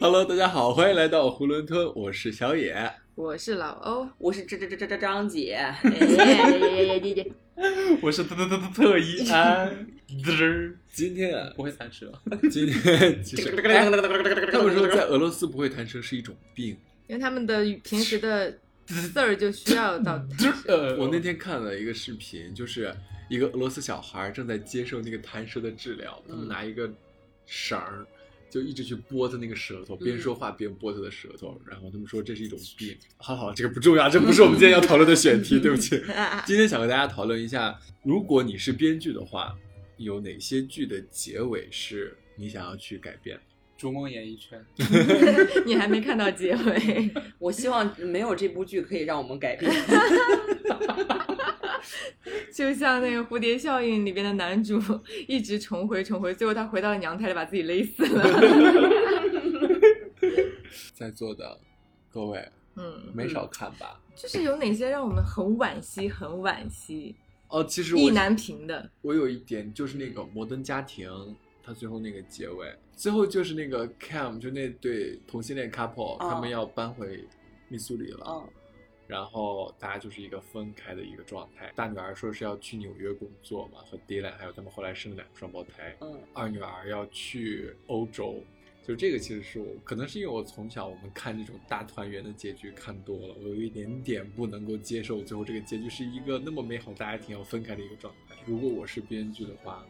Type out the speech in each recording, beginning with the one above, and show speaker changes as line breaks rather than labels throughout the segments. Hello，大家好，欢迎来到囫囵吞，我是小野。
我是老欧，
我是这这这这这张姐，
我是特特特特特一安，滋儿
哎今天啊，
不会弹舌。
今天其 实哎他们说在俄罗斯不会弹舌是一种病。
因为他们的平时的字儿就需要到
滋儿呃，
我那天看了一个视频，就是一个俄罗斯小孩正在接受那个弹舌的治疗，
嗯
他们拿一个绳儿。就一直去拨他那个舌
嗯
头，边说话边拨他的舌头，然后他们说这是一种病。 好好，这个不重要，这不是我们今天要讨论的选 题，对不起。
啊
今天想和大家讨论一下，如果你是编剧的话，有哪些剧的结尾是你想要去改变的？
逐梦演艺圈，
你还没看到结尾，
我希望没有这部剧可以让我们改变。
就像那个蝴蝶效应里边的男主一直重回重回，最后他回到了娘胎里把自己勒死了。
在座的各位
嗯，
没少看吧？
就是有哪些让我们很惋惜、很惋惜、
哦，其实我
意难平的？
我有一点就是那个《摩登家庭》，它最后那个结尾，最后就是那个 Cam 就那对同性恋 couple，、
哦
他们要搬回密苏里
哦
了，
嗯，
然后大家就是一个分开的一个状态。大女儿说是要去纽约工作嘛，和 Dylan 还有他们后来生了两个双胞胎，
嗯，
二女儿要去欧洲。就这个其实是我，可能是因为我从小我们看这种大团圆的结局看多了，我有一点点不能够接受最后这个结局是一个那么美好大家庭要分开的一个状态。如果我是编剧的话，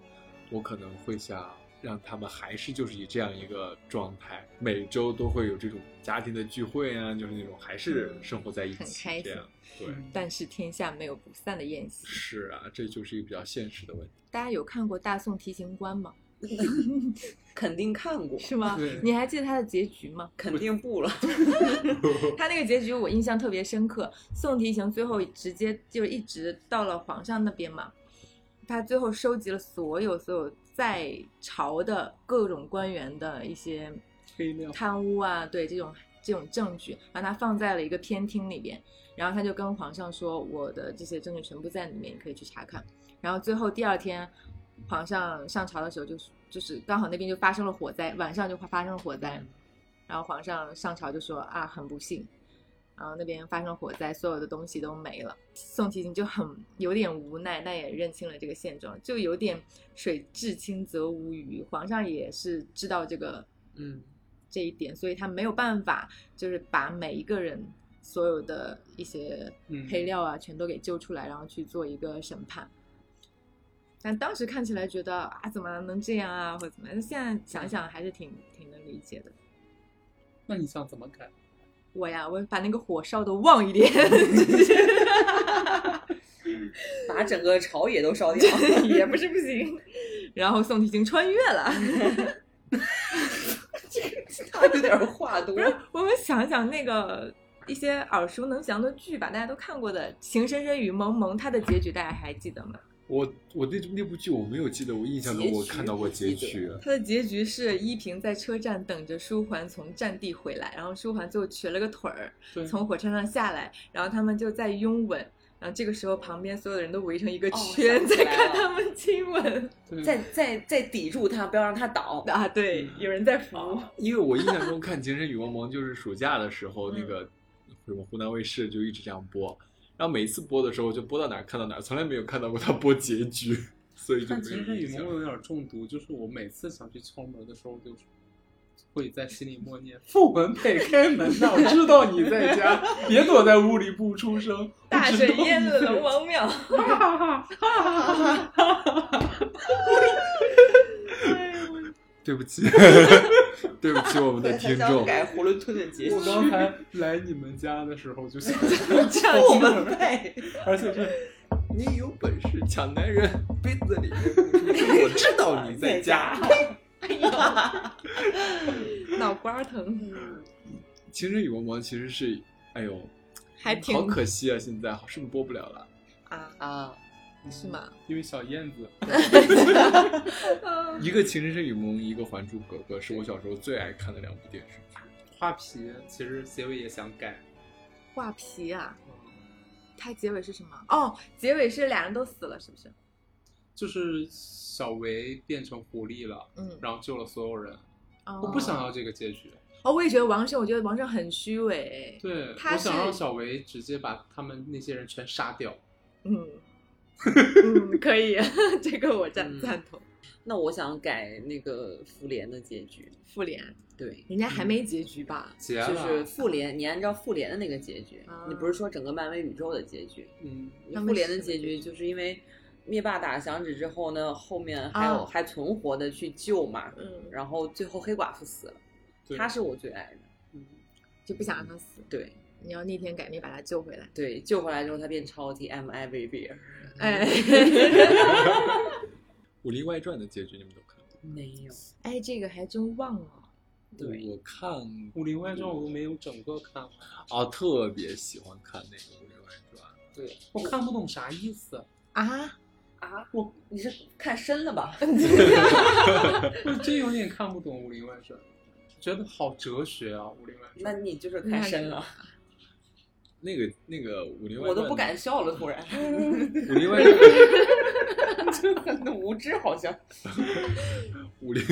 我可能会想让他们还是就是以这样一个状态，每周都会有这种家庭的聚会啊，就是那种还是生活在一
很
起
开嗯
这样。对，
但是天下没有不散的宴席。
是啊，这就是一个比较现实的问题。
大家有看过《大宋提刑官》吗？
肯定看过，
是吗？
对
你还记得他的结局吗？
肯定不了。
他那个结局我印象特别深刻，宋提刑最后直接就一直到了皇上那边嘛，他最后收集了所有所有在朝的各种官员的一些
黑料
贪污啊，对这种这种证据，把它放在了一个偏厅里边，然后他就跟皇上说，我的这些证据全部在里面，你可以去查看。然后最后第二天，皇上上朝的时候就就是刚好那边就发生了火灾，晚上就发生了火灾，然后皇上上朝就说啊，很不幸。然后那边发生火灾，所有的东西都没了。宋提刑就很有点无奈，但也认清了这个现状，就有点水至清则无鱼。皇上也是知道这个
嗯，
这一点，所以他没有办法就是把每一个人所有的一些
嗯
配料啊，全都给揪出来，然后去做一个审判。但当时看起来觉得啊，怎么能这样啊，或者怎么样？现在想想还是挺挺能理解的。
那你想怎么改？
我呀，我把那个火烧的旺一点，
把整个朝野都烧掉，
也不是不行。然后宋提刑穿越了，
他有点话多
不。是我们想想那个一些耳熟能详的剧吧，大家都看过的《情深深雨蒙蒙》，它的结局大家还记得吗？
我我那那部剧我没有记得，我印象中我
结局
看到过结
不记
局。
他的结局是依萍在车站等着舒缓从战地回来，然后舒缓最后瘸了个腿儿，
对，
从火车上下来，然后他们就在拥吻，然后这个时候旁边所有的人都围成一个
哦
圈、
想起
在
来
看
了
他们亲 吻
对
再再再抵住他，不要让他倒。
啊，对，有人在扶，
因为嗯哦我印象中看《情深雨蒙蒙》就是暑假的时候，
嗯
那个什么湖南卫视就一直这样播，然后每一次播的时候就播到哪儿看到哪儿，从来没有看到过它播结局，所以就
但
没
其
有印
实雨蒙
象。
有点中毒，就是我每次想去敲门的时候，就是会在心里默念：“傅文佩，开门呐！我知道你 在家，别躲在屋里不出声。”
大水淹了 龙王庙。
对不起，对不起我们的听
他想
众，
改囫囵吞的结局
我，刚才来你们家的时候就想
样
我
哦
敲
们
门，
配。
而且是
你有本事抢男人杯子里面不出声，我知道你在 家。
脑瓜
嗯
疼，
《情深雨蒙蒙》其实是，哎呦，
还挺
好可惜啊！现在是不是播不了了？
啊，
啊，
是吗？
因为小燕子，
一个《情深深雨蒙蒙》，一个《还珠格格》，是我小时候最爱看的两部电视剧。
画皮其实结尾也想改，
画皮啊，它结尾是什么？哦，结尾是俩人都死了，是不是？
就是小维变成狐狸了，
嗯，
然后救了所有人。
哦
我不想要这个结局，
哦，我也觉得王胜，我觉得王胜很虚伪，
对，
他
我想
是
让小维直接把他们那些人全杀掉。
嗯嗯，可以，这个我赞
嗯
赞同。
那我想改那个复联的结局，
复联，
对，
人家还没结局吧？
结
就
了，
是复联，你按照复联的那个结局
啊，
你不是说整个漫威宇宙的结局？
嗯，
那
复
么
联的
是什么结
结局
局
就是因为灭霸打响指之后呢，后面还有、
啊
还存活的去救嘛，
嗯，
然后最后黑寡妇死了，
对
她是我最爱的，
嗯
就不想让他死，
对
你要逆天改命把他救回来。
对，救回来之后她变超级 M I V B，
哎
《武林外传》的结局你们都看过？
没有，
哎，这个还真忘了。
对
我看
《武林外传》
嗯
我都没有整个看完，
啊，特别喜欢看那个《武林外传》。
对
我看不懂啥意思。
啊，
啊，我你是看深了 吧？
我真有点看不懂《武林外传》，觉得好哲学啊，《武林外
那
传》。
你就是
那
看深了，
那个那个《武林外传》，
我都不敢笑了，突 然，
《武林外 传》
就很无知好像，
武 林，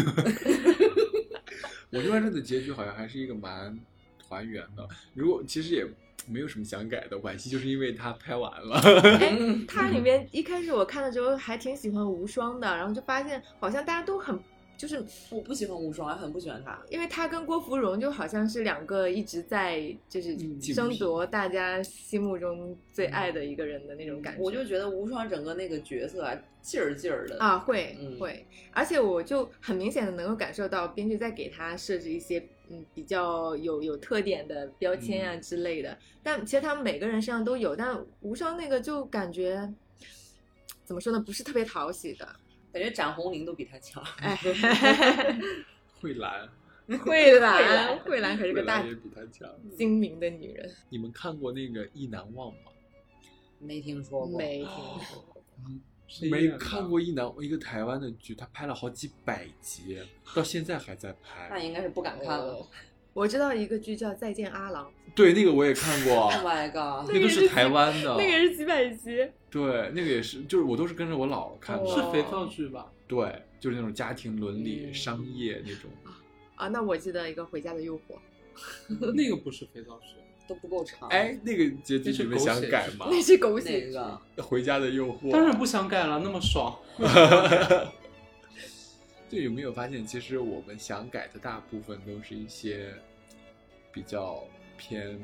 武林外传的结局好像还是一个蛮团圆的。如果其实也没有什么想改的，惋惜就是因为它拍完了。
哎，它里面一开始我看的时候还挺喜欢无双的，然后就发现好像大家都很就是
我不喜欢无双，很不喜欢她。
因为他跟郭芙蓉就好像是两个一直在就是
嗯
争夺大家心目中最爱的一个人的那种感觉。
嗯我就觉得无双整个那个角色啊，劲儿劲儿的
啊，会
嗯
会，而且我就很明显的能够感受到编剧在给他设置一些嗯比较有有特点的标签啊
嗯
之类的，但其实他们每个人身上都有，但无双那个就感觉怎么说呢，不是特别讨喜的，
感觉展红绫都比他强。
哎，
慧兰，
慧兰
兰
慧兰可是
慧
个大
兰也比他强。
精明的女人，
你们看过那个《意难忘》吗？
没听说过，
没听说过，
是
没
演的
看过《意难忘》，一个台湾的剧，他拍了好几百集，到现在还在
那
拍。
应该是不敢看了
哦。我知道一个剧叫《再见阿郎》，
对，那个我也看过
Oh，my god！
那个是台湾的，
那个是几百集，
对，那个也是，就是我都是跟着我姥姥看的，
哦
是肥皂剧吧？
对，就是那种家庭伦理、
嗯
商业那种。
啊，那我记得一个《回家的诱惑》，
那个不是肥皂剧，
都不够长。，
哎，那个结局
那是
你们
狗
想
血
改
剧
吗？
那是狗血
那
剧。
个
回家的诱惑。
当然不想改了，那么爽。
就有没有发现，其实我们想改的大部分都是一些比较偏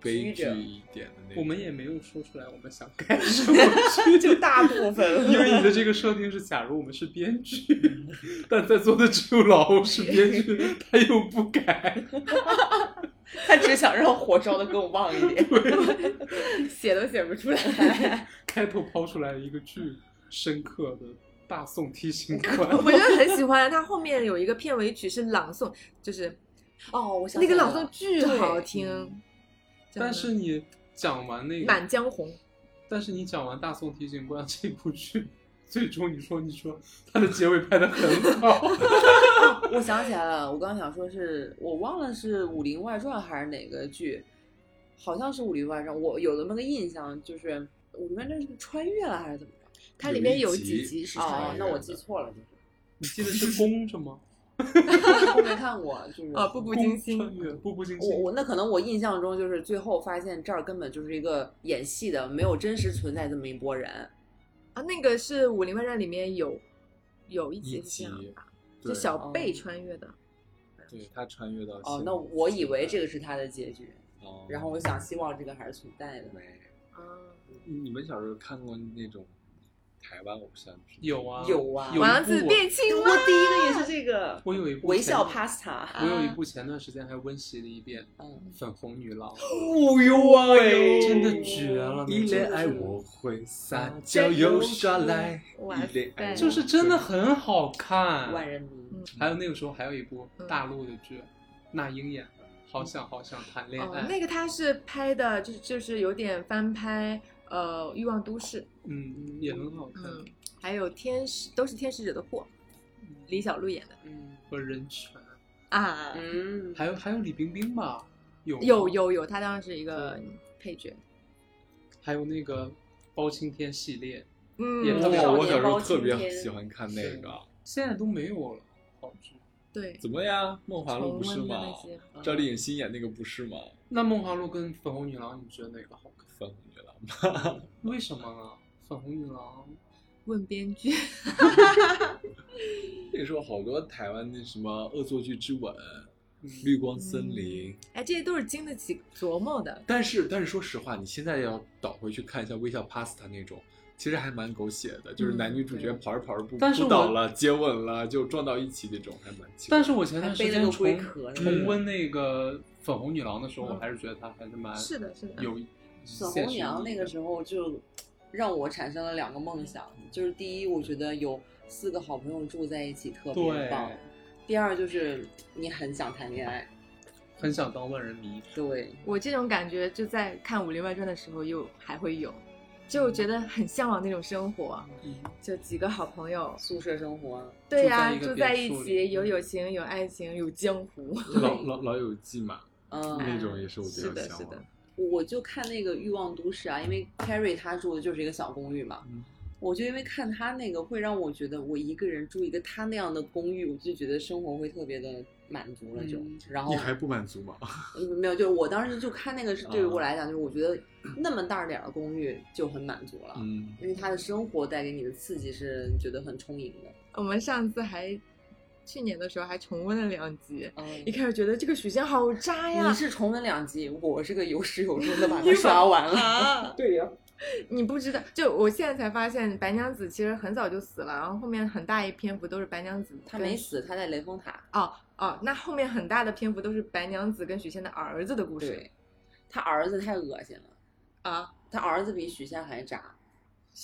悲剧一点的那种。
我们也没有说出来我们想改什么剧，就
大部分
因为你的这个设定是，假如我们是编剧，
嗯
但在座的只有老欧是 编剧，他又不改。
他只想让火烧的更旺一点。
写都写不出来。
开头抛出来一个巨深刻的大宋提 刑官，
我觉得很喜欢，啊它后面有一个片尾曲是朗诵，就是
哦，我想
那个
起来
朗诵
了
巨好听。
嗯
真的
但是你讲完那
《
个，
满江红》
但是你讲完《大宋提刑官》这部剧，最终你说你说它的结尾拍的很好，
哦我想起来了，我刚想说是我忘了是《武林外传》还是哪个剧，好像是《武林外传》，我有那么个印象，就是《武林外传》是穿越了还是怎么着？
它里面有
有一
几
集
集是
穿
哦
长
越，
的
那我
了
记错了，就是
你记得是公是吗？
我没看过，就是
啊，步步惊
穿
心。
越步步惊
我
心。
我那可能我印象中就是最后发现这儿根本就是一个演戏的，没有真实存在这么一拨人，
啊，那个是《武林外传》里面有有一
一
集是
集
这样吧，，
对
就小贝
哦
穿越的。
对他穿越到
哦
现，
那我以为这
个，
个是他的结局，
哦
然后我想希望这个还是存在的。
没，
啊，
你们小时候看过那种台湾偶像剧？
有啊，
有啊
一
王子
部我
变青
我
蛙。
第一个也是这个
我有一部
微
前
笑 pasta，
我
啊
有一部前段时间还温习了一遍
啊嗯，
《粉红女郎》，
哦呦啊
呦哎真的绝了
一恋爱我会撒娇又耍赖，
哇
一恋爱
塞
就是真的
我
很好看。
万人迷，
还有那个时候还有一部大陆的剧，那英演的《好想好想谈恋爱
哦》，。那个他是拍的，就是就是有点翻拍，呃，《欲望都市》。
嗯，也很好看。
嗯，还有天使都是天使惹的祸，李小璐演的
嗯
和人权，
啊，
嗯，
还有还有李冰冰吧，有吗
有，有有，她当时一个配角，
还有那个包青天系列，
嗯
也特别
哇
好
我
少
小
年
时候
包
特
青
别
天
喜欢看那
是
个，
现在都没有了。好剧，
对，
怎么呀？梦华录
重
不是
温的
吗
那？些，
赵丽颖新演那个不是吗？
那梦华录跟粉红女郎，你觉得哪个好
粉红女郎吗？
看？为什么呢？粉红女郎
问编剧，
那时候好多台湾那什么《恶作剧之吻》
嗯
《绿光森林》
哎，这些都是经得起琢磨的。
但是但是说实话，你现在要倒回去看一下《微笑 Pasta》那种，其实还蛮狗血的，就是男女主角
嗯
跑着跑着不
但是
扑
我
倒了、接吻了，就撞到一起那种，还蛮奇怪。
但是我前段时
还背那
间
个龟
重
壳呢
重温那个粉红女郎的时候，
嗯
我还是觉得她还是蛮
是的，是的，
啊有
沈
粉
红娘那个时候就让我产生了两个梦想，就是第一，我觉得有四个好朋友住在一起特别
对，
棒；第二就是你很想谈恋爱，
很想当万人迷。
对，
我这种感觉就在看《武林外传》的时候又还会有，
嗯
就觉得很向往那种生活，就几个好朋友，
宿舍生活，
对呀、
一个
住在
别
一
墅里嗯
起，有友情，有爱情，有江湖。
老老老友记嘛，
嗯，
那种也是我比
是
较
的，
向
是
往
的。
我就看那个《欲望都市》啊，因为 Carrie 她住的就是一个小公寓嘛，
嗯
我就因为看她那个，会让我觉得我一个人住一个她那样的公寓，我就觉得生活会特别的满足了就。
嗯
然后
你还不满足吗？
嗯没有，就是我当时就看那个是，
啊
对于我来讲，就是我觉得那么大点儿的公寓就很满足了，
嗯，
因为她的生活带给你的刺激是你觉得很充盈的。
我们上次还去年的时候还重温了两集，
嗯
一开始觉得这个许仙好渣呀
你，是重温两集，我是个有始 有终的把它刷完了。
啊，
对呀、
你不知道，就我现在才发现白娘子其实很早就死了，然后后面很大一篇幅都是白娘子跟，
她没死，她在雷峰塔。
哦哦，那后面很大的篇幅都是白娘子跟许仙的儿子的故事
对，他儿子太恶心了。
啊，
他儿子比许仙还渣，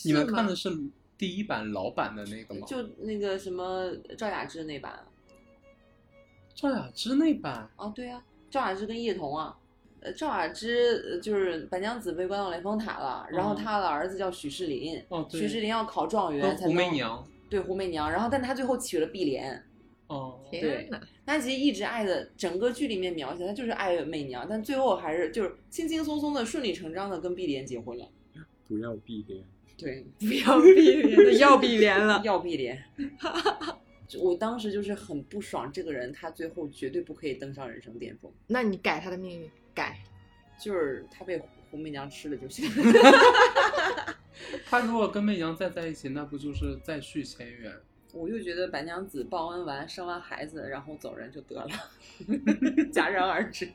你们
是吗
看的是第一版老版的那个吗？
就那个什么赵雅芝那版
赵雅芝那版，
啊，对啊，赵雅芝跟叶童啊，呃，赵雅芝呃就是白娘子被关到雷峰塔了，然后
嗯
她的儿子叫许世林，
哦对
许世林要考状元
跟
才
胡媚
能，
娘，
对胡媚娘，然后但他最后娶了碧莲，
哦，
天哪，
他其实一直爱的，整个剧里面描写他就是爱媚娘，但最后还是就是轻轻松松的、顺理成章的跟碧莲结婚了，
不要闭脸。
对，
不要碧莲， 要碧莲了，
要碧莲。 就我当时就是很不爽，这个人他最后绝对不可以登上人生巅峰，
那你改他的命运，改
就是他被胡媚娘吃了 就行。
她如果跟媚娘再在一起，那不就是再续前缘？
我就觉得白娘子报恩完生完孩子，然后走人就得了， 戛然而止。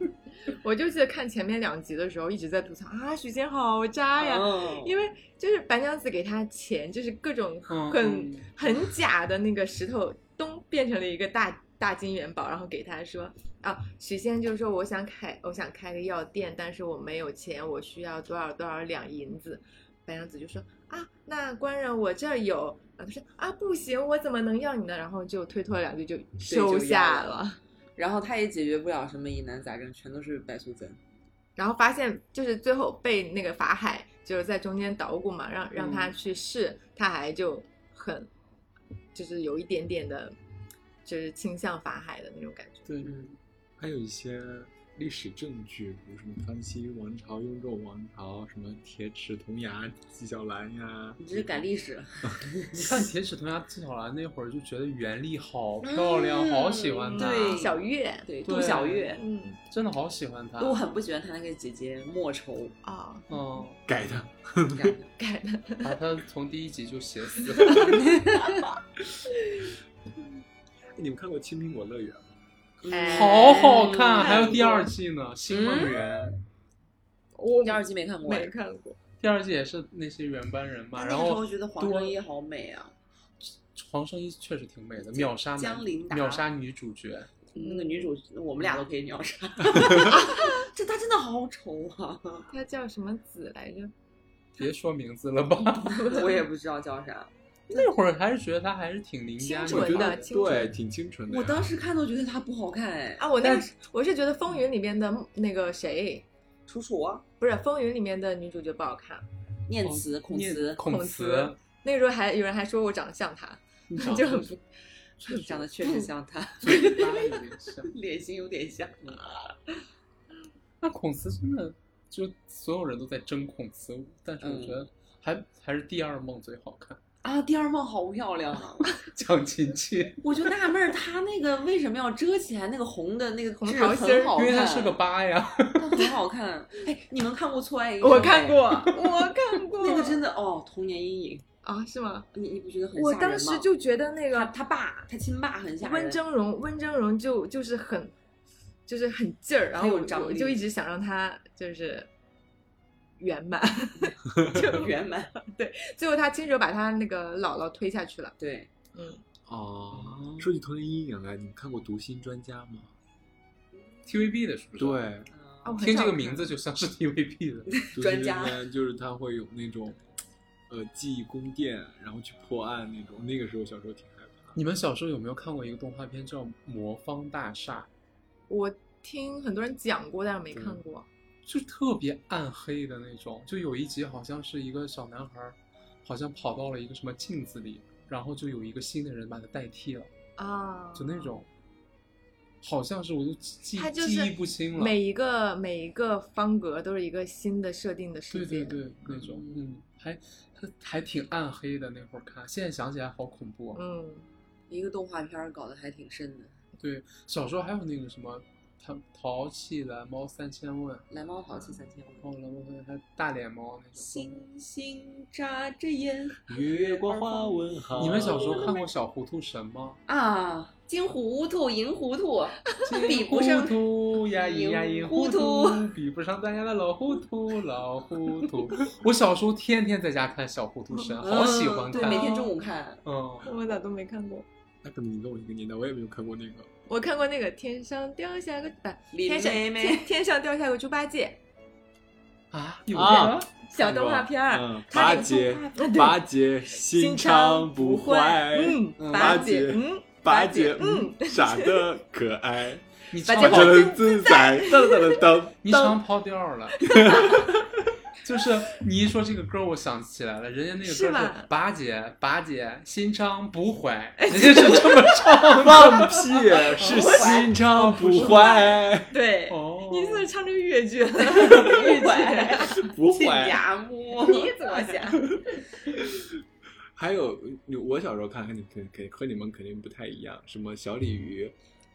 我就记得看前面两集的时候一直在吐槽啊，许仙好渣哎呀，
嗯
因为就是白娘子给他钱，就是各种
嗯
很、
嗯
很假的那个石头，咚变成了一个大大金元宝，然后给他说啊，许仙就说我想开我想开个药店，但是我没有钱，我需要多少多少两银子。白娘子就说啊，那官人我这儿有，啊他说啊不行，我怎么能要你呢？然后就推脱了两句就收下
就要了然后他也解决不了什么疑难杂症，全都是白素贞。
然后发现就是最后被那个法海就是在中间捣鼓嘛，让让他
嗯
去试，他还就很就是有一点点的，就是倾向法海的那种感觉。
对，
嗯，
还有一些历史证据，比如什么康熙王朝、雍正王朝，什么铁齿铜牙纪晓岚呀，
你这是改历史了。
你看《铁齿铜牙纪晓岚》那会儿就觉得袁立好漂亮，
嗯
好喜欢她，
对
小月，
对，
对
杜小月，
嗯
真的好喜欢她。
我很不喜欢她那个姐姐莫愁，
啊、
嗯，
改的。
改的
改的
把她从第一集就写 死。
哎你们看过《青苹果乐 园》吗？
哎
好好看，
嗯
还有第二季呢，《
嗯
新梦
啊
园》
我
第二季没看过。
没看过，哎
第二季也是那些原班人
那
马，
个
然
时候
后
觉得黄
多
圣依好美啊，
黄圣依确实挺美的，秒杀男
江琳达
秒杀女主 角，
那个女主我们俩都可以 秒杀，这她真的好丑啊！
她叫什么子来着？
别说名字了吧。
我也不知道叫啥，
那会儿还是觉得她还是挺邻家
清
我
女
觉得
纯的清纯
对，挺清纯的呀。
啊
我当时看都觉得她不好看哎。
啊，我那个我是觉得《风云》里面的那个谁，
楚楚啊，
不是《风云》里面的女主角不好看，
念慈、孔慈，
哦孔
孔 慈，那个时候还有人还说我长得像她，就很不
长得确实像她，
嘴巴有点像。 嗯
脸型有点像。
那孔慈真的
嗯
就所有人都在争孔慈，但是我觉得还、还是第二梦最好看。
啊，第二梦好漂亮 啊！
讲 情趣，
我就纳闷儿，他那个为什么要遮起来那个红的那个
红
痣
桃心儿
很好
因
看，
为它是个 疤呀。
它很好看。哎，你们看过《错爱一生》？
我看，过， 我看过
那个真的哦，童年阴影。
啊，是吗？
你你不觉得很吓人吗？
我当时就觉得那
他
个
他爸他亲爸很吓人，
温峥嵘，温峥嵘就就是很就是很劲儿，然后
很有
我
张
我
力
就一直想让他就是圆满，
就圆满。
最后他亲手把他那个姥姥推下去了。
对，
嗯，
哦，说起童年阴影来，你们看过《读心专家》吗？
TVB 的是不 是？，
对，
嗯
啊，我很
听这
少
个
看
名字就像是 TVB 的。
读心
专家
就是他会有那 种呃记忆宫殿，然后去破案那种。那个时候小时候挺害怕。
你们小时候有没有看过一个动画片叫《魔方大厦
我听很多人讲过，但是没看过。》，
就特别暗黑的那种。就有一集好像是一个小男孩儿，好像跑到了一个什么镜子里，然后就有一个新的人把他代替了，
啊，
就那种，好像是我都记
它就
记
是
忆不清了。
每一个每一个方格都是一个新的设定的世
对
界。
对对，那种
嗯
嗯，还它还挺暗黑的那会儿看，现在想起来好恐怖啊。
嗯，
一个动画片儿搞得还挺深的，《
对，小时候还有那个什么淘淘气蓝猫三千问，
蓝猫淘气三千问》。
哦，蓝猫三千问还有大脸猫那种。
星星眨着眼
月光花纹好。
你们小时候看过小糊涂神吗？
啊，金糊涂银糊涂，比不
糊
上
涂呀咿呀咿
银糊
糊涂
涂，
比不上大家的老糊涂老糊涂。我小时候天天在家看小糊涂神，好喜
嗯
欢
对，每
看。啊
天中午看。
嗯，
我咋都没看过。
那可哎能你跟我一个年代，我也没有看过那个。
我看过那个天上掉下个不，
林
天上
妹妹
天天上掉下个猪八戒
啊，有
啊
小动画片儿，
嗯，
看
八
那个
戒
动画片，
啊
八戒心肠不坏，
嗯，
嗯
八
八
戒
戒，嗯，
八戒
嗯，
傻的可 爱，
你
八
唱
戒
活
好
着的自在， 噔噔噔
你
噔
唱跑 调了。就是你一说这个歌，我想起来了，人家那个
是
歌
吧
是八姐八姐心肠不坏，
哎
人家是这么唱的。
放屁，是心
哦
肠不 坏，
对，
哦，
你怎么唱这个越剧 了？ 越
不坏
剧，
不
亲
坏。
家母，
你怎么想？
还有，你我小时候看和你肯肯和你们肯定不太一样，什么小鲤鱼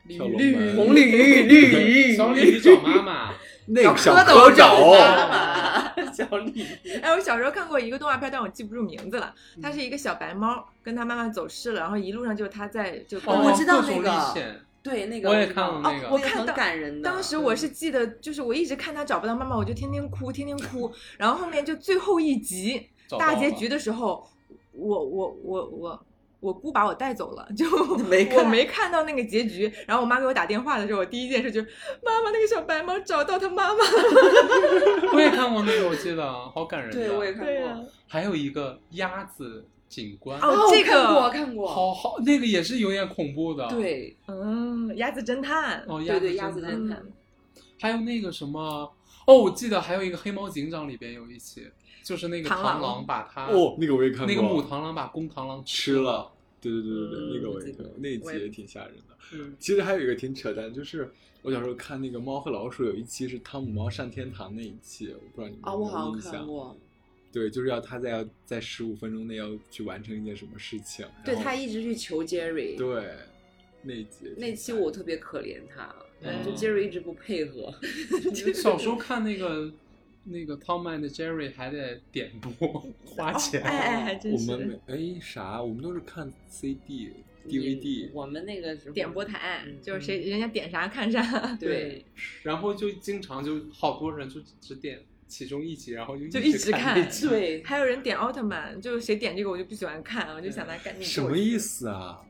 跳龙门，
红鲤鱼，
对小鲤鱼找妈妈，
那个小
蝌
蝌
蚪找
蚪
妈，
妈，小鲤鱼，
哎，我小时候看过一个动画片，但我记不住名字了。
嗯
它是一个小白猫跟它妈妈走失了，然后一路上就是它在就
哦我知道
各种
那个
历险
对那个
我也看过那个
哦我也
看
很
到
感人的。
当时我是记得，就是我一直看他找不到妈妈，我就天天哭，天天哭。
嗯
然后后面就最后一集
找到
大
了
结局的时候，我我我我我姑把我带走了，就
没
我
看
没看到那个结局。然后我妈给我打电话的时候，我第一件事就是妈妈那个小白猫找到它妈妈了。
我也看过那个，我记得好感人的。
对啊我也看
对啊
过
呀。、
还有一个鸭子警官，
哦
啊我
这个
看过看过，
好好那个也是有点恐怖的。，
对
嗯，鸭子侦探，
哦，
对对，鸭
鸭
子
侦探
侦探
嗯，
还有那个什么，哦，我记得还有一个《黑猫警长》里边有一期，就是那个
螳
螳
螂
螂把它，
哦，那个我也看过，
那个母螳螂把公螳螂
吃了，对对对对
嗯
对，那个我也看过，那一
我
集
也
也挺吓人的。
嗯，
其实还有一个挺扯淡，就是我小时候看那个《猫和老鼠》，有一期是汤姆猫上天堂那一期，我不知道你们
啊，
有
我
没
好
有
像
印
看
象。
过。
对，就是要他在要在十五分钟内要去完成一件什么事情。
对
然后
他一直去求
哦
Jerry，
对那一集也挺
那期
吓人
我特别可怜他，
嗯
就 Jerry 一直不配合。
小时候看那个那个 Tom and Jerry 还得点播花钱，
哎哎，还真
我
是
们没哎啥，我们都是看 CD、
嗯
DVD，
我们那个时候
点播台，
嗯
就是谁人家点啥看啥。
对，
然后就经常就好多人就只点其中一集，然后就
就
一
一直
看
看
那集，
对，
还有人点奥特曼，就是谁点这个我就不喜欢看，啊我就想他赶
嗯
紧
什么意思啊？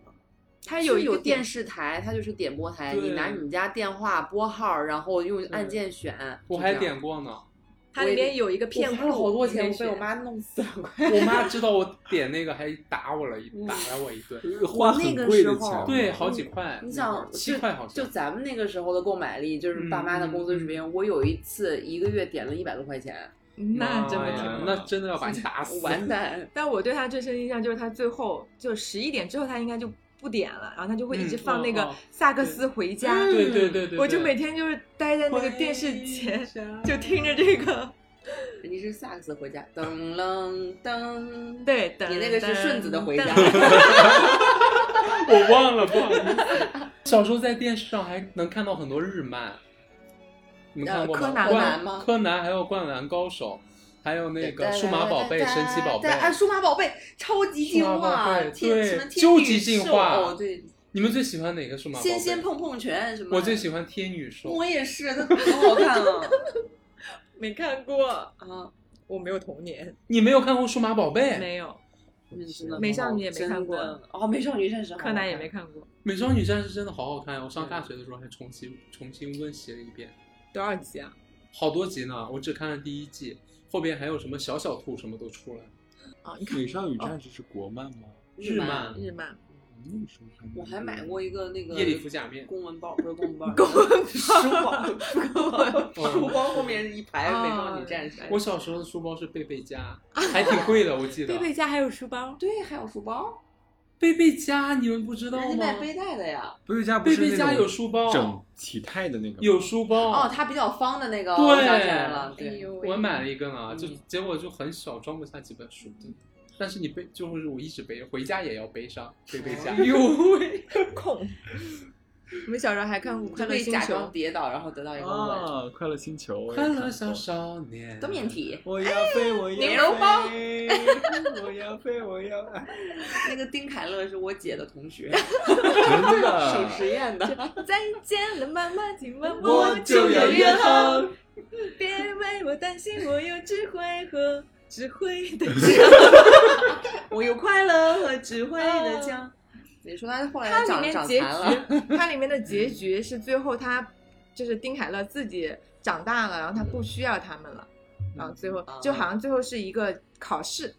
他有
有
一个
有电
视，
视台，它就是点播台，
对
你拿你家电话拨号，然后用按键选。
我
就
还
这样
点过呢。
它里面有一个片
我
库，
花了好多
你
钱，
可
我
以
被我
选
妈弄死了，快。
我妈知道我点那个还打我了一打了我一顿，
花很贵的钱，
对，好几块，
你
那会
想
儿，七块好
就
像
就，咱们那个时候的购买力，就是爸妈的工资水平。我有一次一个月点了一百多块钱，
那真
妈
没
哎呀
听过。
那真的要把你 打死，
完蛋。
但我对他最深印象就是他最后就十一点之后他应该就不点了，然后他就会一直放那
嗯哦
个
哦
萨克斯回家。
嗯
对对对对对，
我就每天就是待在那个电视前，就听着这个。
人家是萨克斯回家，噔噔 噔，
对，等
你那个是顺子的回家，
等
我忘了，不好意思。 小时候在电视上还能看到很多日漫，你们看过
呃
吗？
柯南
灌
吗
柯南还有《灌篮高手》，还有那个《数码宝贝》《神奇宝贝
哎，》。
《
数码宝贝超级进
数码宝
化，
贝
天什么
对
天
究
女
极进
兽
化
哦，对，
你们最喜欢哪个数码宝贝？
仙仙碰碰拳什么，
我最喜欢天女兽。
我也是，它好好看啊
没看过，
啊！
我没有童年，
你没有看过《数码宝贝》？
没有，
嗯真的
美少女也没看过
真的哦，美少女战士好好看
柯南也没看过，
美少女战士真的好好看，我上大学的时候还重新重新温习了一遍，
多少集啊？
好多集呢，我只看了第一季，后边还有什么小小兔什么都出来。
啊，你看
美少女战士是国漫吗？
日漫啊
日漫，
那个时候还没有
我还买过一个那个
夜里服假面，
公文包，不是公文包，
公文包
书 包，书包，
嗯
书包后面一排
哦
美少女战士。
我小时候的书包是贝贝家，还挺贵的，我记得。
贝贝家还有书包，
对，还有书包，
贝贝家，你们不知道
人家
吗
卖？背带的呀。
贝贝家不
贝
是
贝
那
家
种
有书包，
整体态的那个吗
有书包。
哦，它比较方的那个，
对
我想起来了，嗯
哎
对，
呦喂
我买了一个呢，
嗯
就结果就很小，装不下几本书。但是你背，就是我一直背，回家也要背上贝贝
哦
家。
哎 呦喂，
控。我们小时候还看过《快
就可
乐
以
星
假
球
装》，跌倒，然后得到一个吻。
啊，快乐星球，我也
快
看
乐
过
小少年，
多面体，
我要飞，我要飞，
哎牛肉 包
我要飞，我要爱，
那个丁凯乐是我姐的同 学，
真
手
的，
实验的。
再见了，妈妈，今晚
我就要约
好，
好。
别为我担心，我有智慧和智慧 的
我有快乐和智慧的
啊
家。你哦说他后来
它里
长
面
长
结
残了，
局，它里面的结局是最后他就是丁凯乐自己长大了，然后他不需要他们了，然后最后
啊
就好像最后是一个考试。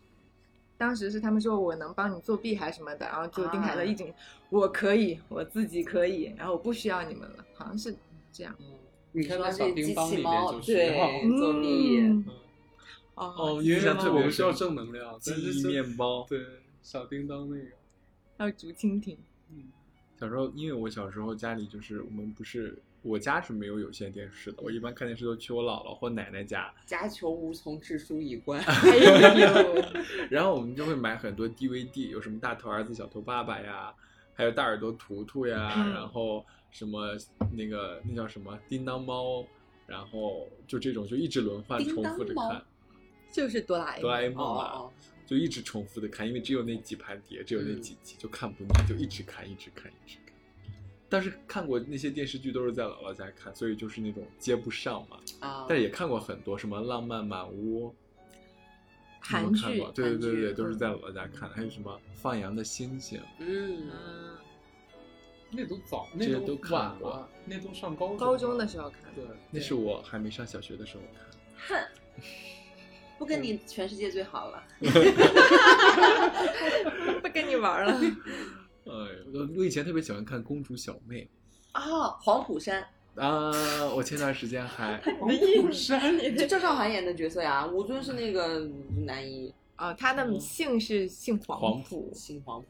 当时是他们说我能帮你作弊还是什么的，然后就丁凯乐
啊
一紧，我可以，我自己可以，然后我不需要你们了，好像是这样。
你看那小叮当里面就是。
对作弊
嗯
嗯
哦
哦，，原
印
来
象特
我
别
们需要
深
正能量，
记
但是
忆
就
面包
对小叮当那个，
还有竹蜻蜓，
嗯，
小时候，因为我小时候家里就是我们不是我家是没有有线电视的，我一般看电视都去我姥姥或奶奶家，
家球无从致书以 观。
哎呦，
然后我们就会买很多 DVD，有什么大头儿子、小头爸爸呀，还有大耳朵图图呀，
嗯
然后什么那个那叫什么叮当猫，然后就这种就一直轮换
叮
重
当
复着
猫
看
就是哆啦 A
哆啦 A
梦，
梦嘛，
哦嗯
就一直重复的看，因为只有那几盘碟，只有那几集，就看不腻，就一直看，一直看，一直看。但是看过那些电视剧都是在姥姥家看，所以就是那种接不上嘛。
哦啊！
但也看过很多什么《浪漫满屋》，
韩
你有看
剧
过对对
韩
对
剧
对，都是
嗯
在姥姥家看的。还有什么《放羊的星星》，
嗯，
嗯，
那都早，
这
那
都看
晚
过
了，那都上高
高中
了
的时候看的
对，
那是我还没上小学的时候看。
不跟你全世界最好了。
不跟你玩了。
哎呦，我我以前特别喜欢看《公主小妹
哦，黄浦山，》
啊，我前段时间 还
虎山，
就赵韶涵演的角色呀。吴尊是那个男一，
啊，他的
嗯
姓是姓黄
黄
埔，
新黄浦。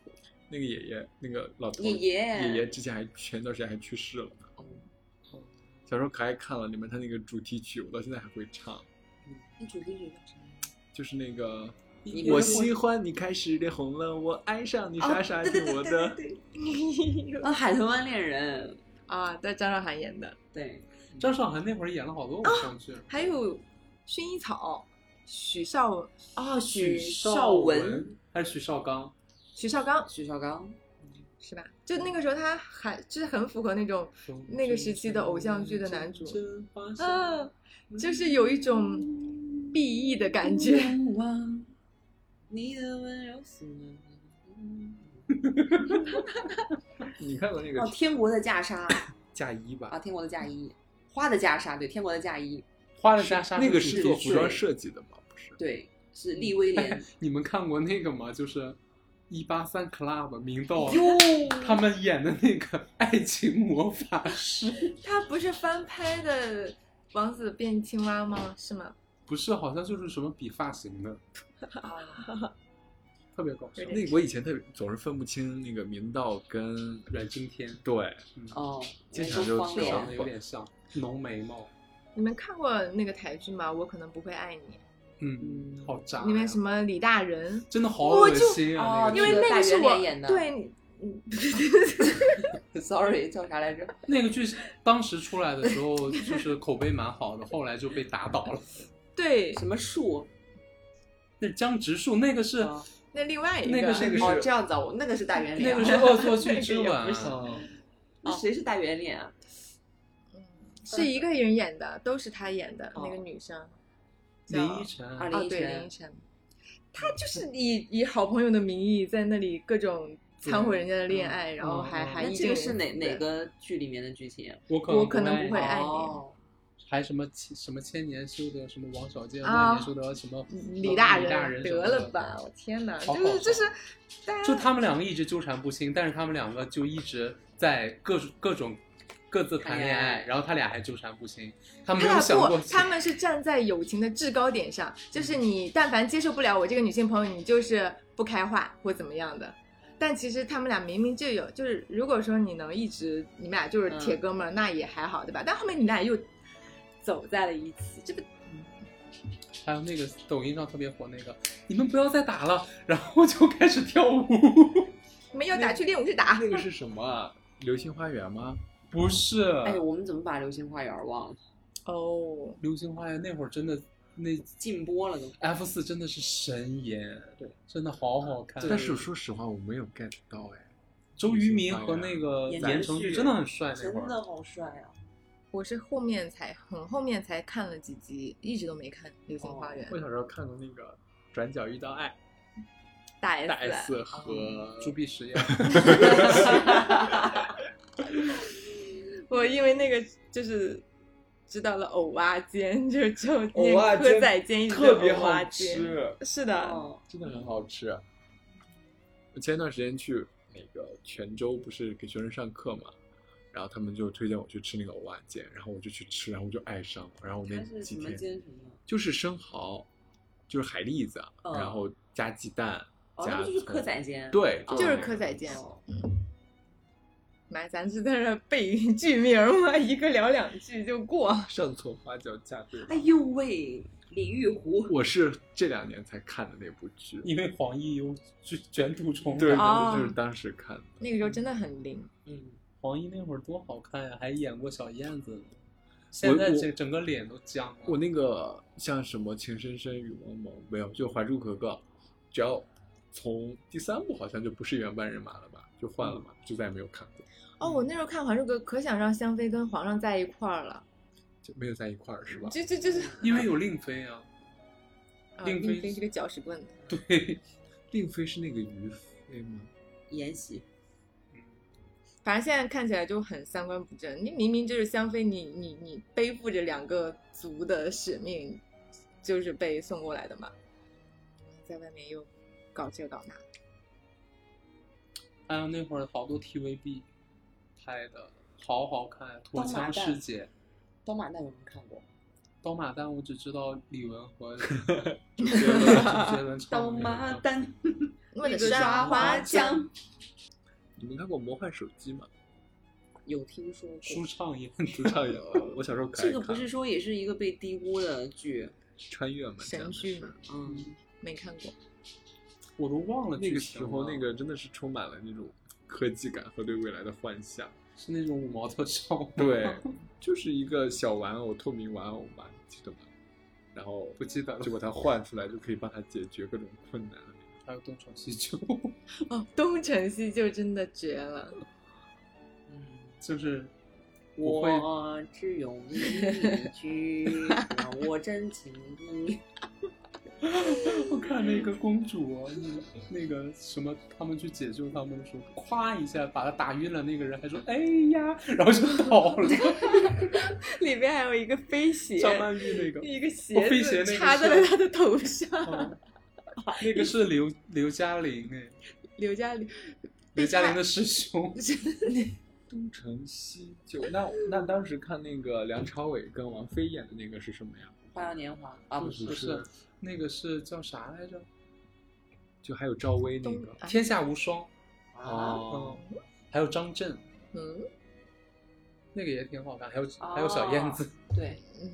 那个爷爷，那个老头
爷爷哦
爷爷之前还前段时间还去世了。哦小时候可爱看了，里面他那个主题曲，我到现在还会唱，
那主题曲叫什么？
就是那个
你
我
别
喜欢你开始脸红了，我爱上你，
啊
傻傻听我的。
对对对对对啊，《海豚湾恋人》
啊，在张韶涵演的，
对，
张韶涵那会儿演了好
啊
多偶像剧，
还有薰衣草，许绍
啊，许
绍
绍文、
还是许绍刚，
许绍刚
许绍刚，
是吧？就那个时候他还就是很符合那种，那个时期的偶像剧的男主嗯、就是有一种裨益的感觉。
难忘你的温柔似的。
你看过那个
哦，《天国的嫁纱》
嫁衣吧？
啊，《天国的嫁衣》，花的嫁纱，对，《天国的嫁衣》，
花的袈裟，
那个是做服装
设。
设计的吗？不是，
对，是利威廉。
你们看过那个吗？就是一八三 club 明道
哟，
哎他们演的那个《爱情魔法师》，
他不是翻拍的《王子变青蛙》吗？是吗？
不是，好像就是什么比发型的，特别搞笑。
有
那个我以前特别总是分不清那个明道跟
阮经天
对，
哦，
经
人
常
都
就
方
是
脸
这
长
啊
样
得有点像浓眉毛，
你们看过那个台剧吗？我可能不会爱你。
嗯， 好渣呀，
里面什么李大仁，
真的好
我
恶
就
心啊！
哦
因
那
为
个剧
那个是
大圆
我
脸演的
对，嗯
Sorry，叫啥来着？
那个剧是当时出来的时候就是口碑蛮好的，后来就被打倒了。
对，
什么树？
那江直树那个是
啊
那另外一
那个是那个
哦，
是
这样子啊，我那个是大圆脸
那
啊，
个是恶作剧之
那个也
吻
不行
啊，
那谁是大圆脸啊？
是一个人演的，都是她演的
哦
那个女生，
林
叫
依晨
二
哦
林依
对
晨
林依晨，她就是以以好朋友的名义在那里各种掺和人家的恋爱，然后还
嗯
还
那
一
这
定
个是哪哪？个剧里面的剧情啊？
我可
我可能
能
不会爱你
哦
还什么千什么千年修得什么王小贱
啊
万年修得什么呃
李大
李大
人
人
得了吧，我天哪，
好
就
好
是就是
好，
大
就
家
他们两个一直纠缠不清，但是他们两个就一直在各种各种各自谈恋
谈恋
爱，
爱
然后他俩还纠缠不清，他们没有
他
想
俩
过
啊
嗯
不，他们是站在友情的制高点上，就是你但凡接受不了我这个女性朋友，你就是不开化或怎么样的。但其实他们俩明明就有，就是如果说你能一直你们俩就是
嗯
铁哥们儿，那也还好，对吧？但后面你俩又走在了一起，这不
还有那个抖音上特别火那个，你们不要再打了，然后就开始跳舞。
你们要
嗯
打去练武去打
那。个是什么啊？流星花园吗？
不是，
哎，我们怎么把《流星花园》忘了？
哦，
流星花园那会儿真的，那
禁播了都。
F 四真的是神颜，
对，
真的好好看。
但是说实话，我没有 get 到哎。
周渝民和那个
言
言承
承旭
旭真的很帅，那会
真
儿
的好帅啊！
我是后面才很后面才看了几集，一直都没看《流星花园》
哦
我小时候看过那个《转角遇到爱嗯
大》，啊
大
S，,
S 和
朱碧石演。
我因为那个就是知道了藕蛙煎， 就就
藕
念
蛙煎
蚵仔煎一直叫
特别
藕
好
蛙煎。
吃，
是的，
哦，
真的很好吃。我前段时间去那个泉州，不是给学生上课嘛，然后他们就推荐我去吃那个藕蛙煎，然后我就去吃，然后我就爱上了，然后我那
他是什
几
么
天
煎什么？
就是生蚝，就是海蛎子，啊
嗯
然后加鸡蛋，
哦，
加
那不就是
葱
蚵仔煎？
对，
哦
就是
那
蚵
个
仔煎。
哦
妈，咱是在这背剧名吗？一个聊两句就过。
上错花轿嫁对
哎
郎。
呦喂，李玉湖，
我是这两年才看的那部剧，
因为黄奕有卷卷土重
对，
来。
哦
就是当时看的。
那个时候真的很灵，
嗯，
黄奕那会儿多好看呀，啊还演过小燕子呢。
我
现在整整个脸都僵了。
我那个像什么《情深深雨蒙蒙》没有，就《还珠格格》，只要从第三部好像就不是原班人马了吧，就换了嘛，就再也没有看过，
哦，我那时候看《还珠格格》，可想让香妃跟皇上在一块儿了，
就没有在一块儿是吧？
就就就是，
因为有令妃啊，
啊
令妃
令妃是个搅屎棍，
对，
令妃是那个于妃吗？
延禧，
反正现在看起来就很三观不正。你明明就是香妃，你你你背负着两个族的使命，就是被送过来的嘛，在外面又搞这搞那，
还有那会儿好多 TVB 拍的，好好看呀，《
刀
陀
马
枪
旦
师姐》。
刀马旦有没有看过？
刀马旦，我只知道李玟 和周杰伦，周杰
刀
伦唱的那
马
个
旦，
我的
个
刷花
匠
匠。
你没看过《魔幻手机》吗？
有听说过？
舒畅演
主
的。
唱有，我小时候可爱
这个不
看
是说也是一个被低估的剧，
穿越嘛，
神
讲的
剧
是
嘛
嗯，
没看过，
我都忘了
那
剧
个
情
时候，
了
那个真的是充满了那种科技感和对未来的幻想。
是那种五毛特效。
对，就是一个小玩偶，透明玩偶嘛，你记得吗？然后
不记得了
就把它换出来，就可以帮它解决各种困难了。
还有《东成西就》，
哦，东成西就真的绝 了，
就是我会
我只用一句，让我真情意。
我看那个公主啊，那那个什么，他们去解救他们的时候，咵一下把他打晕了，那个人还说“哎呀”，然后就倒了。
里边还有一个飞 鞋，
张曼玉那个，
一个鞋
哦飞鞋那
子
个
插在
是
了他的头上。
哦那个是刘刘嘉玲哎，
刘嘉玲，
刘嘉玲的师兄。
东成西就，那那当时看那个梁朝伟跟王菲演的那个是什么呀？
花样年华啊，
不
不
是
是
不是，那个是叫啥来着？
就还有赵薇那
东
个
啊
天下无双。
啊，
哦，
嗯，还有张震，
嗯
那个也挺好看，还有还有小燕子。
对，
嗯，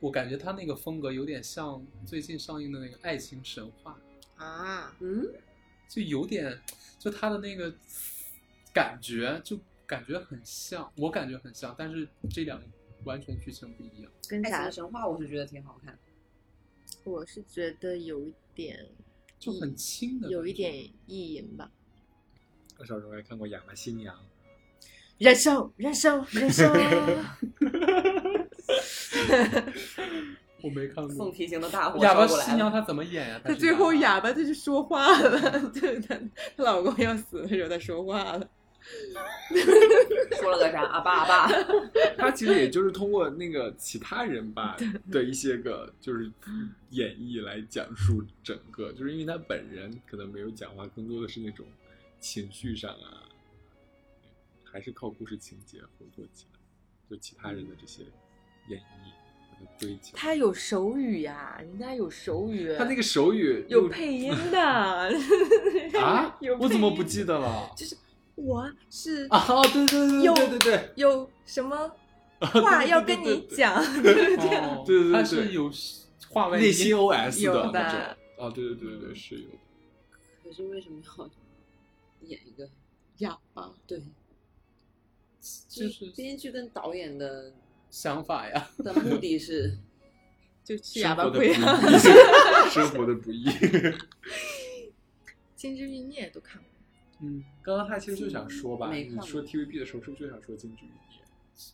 我感觉他那个风格有点像最近上映的那个《爱情神话
啊，
嗯，》，
就有点，就他的那个感觉，就感觉很像，我感觉很像，但是这两个完全剧情不一样。
跟
《爱
啥
情？神话》我是觉得挺好看的，
我是觉得有一点，
就很轻的，
有一点意淫吧。
我呃小时候还看过《亚麻新娘
燃烧，燃烧，燃烧！
我没看
凤
过。
提型的
啊
大火
哑
烧
巴
过来
新
了，
娘她怎么演呀、
她
她
最后
哑
哑巴，她就说话了，就是她她老公要死的时候，她说话了。
说了个啥？阿爸阿爸，》，
他其实也就是通过那个其他人 吧的一些个就是演绎来讲述整个，就是因为他本人可能没有讲话，更多的是那种情绪上啊，还是靠故事情节烘托起来，就其他人的这些演绎把它堆起来。
她有手语呀、人家有手语，
他那个手语
有
又
配音的。
巴啊
有配音？
我怎么不记得了？
我是
啊，对对对
有
对对对。
有什么话要跟你讲？这样
哦
对对对
它
对
是有话外音
内心 OS
有
的那
的
种。哦，对对对对，是有的。
可是为什么要演一个？
哑巴，
对，
就是
编剧跟导演的
想法呀。
的目的是，
就吃
生
哑巴
活的不易
亏啊！，
生活的不易。
《 金枝欲孽》都看过，
嗯，
刚刚他其实就想说吧，
没看
你
过
说 TVB 的时候是不是就想说金枝玉孽？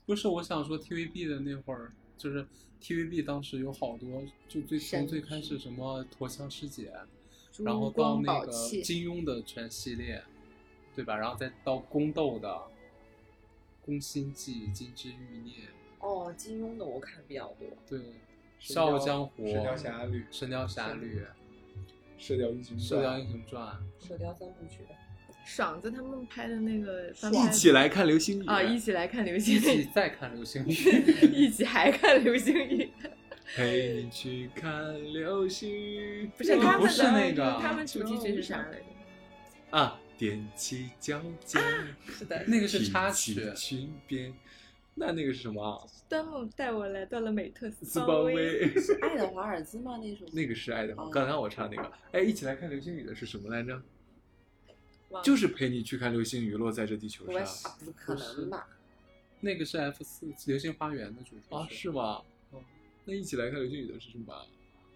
不是，我想说 TVB 的那会儿，就是 TVB 当时有好多，就最
神
从最开
剧
始什么《驼枪师姐》，
珠
然后到
光
那
宝
个
气
金庸的全系列，对吧？然后再到宫斗的《宫心计》《金枝欲孽
哦，金庸的我看比较多，》，
对，《笑傲江湖》
射雕侠侣
《神雕侠侣》
射雕英雄传
《射雕英雄传》，
《射雕三部曲》
爽子他们拍的那个翻拍
一起来看流星雨
啊，一起来看流星
一起
雨，
再看流星雨
一起还看流星雨，
陪你去看流星雨。
不是他们
不
的，
是那个
他们主题曲是啥来着？
啊，踮起脚尖，
是的，
那个是插曲
挺起裙边。那那个是什么啊？
端木带我来到了美特
斯
斯
巴
威，
威，
是爱的华尔兹吗？那首
那个是爱的话
哦。
刚刚我唱那个，哎，一起来看流星雨的是什么来着？
忘了
就是陪你去看流星雨落在这地球
我是
上
啊，不可能吧？
那个是 F 四《流星花园》的主题曲
啊，是吗？
嗯
哦，那一起来看流星雨的是什么？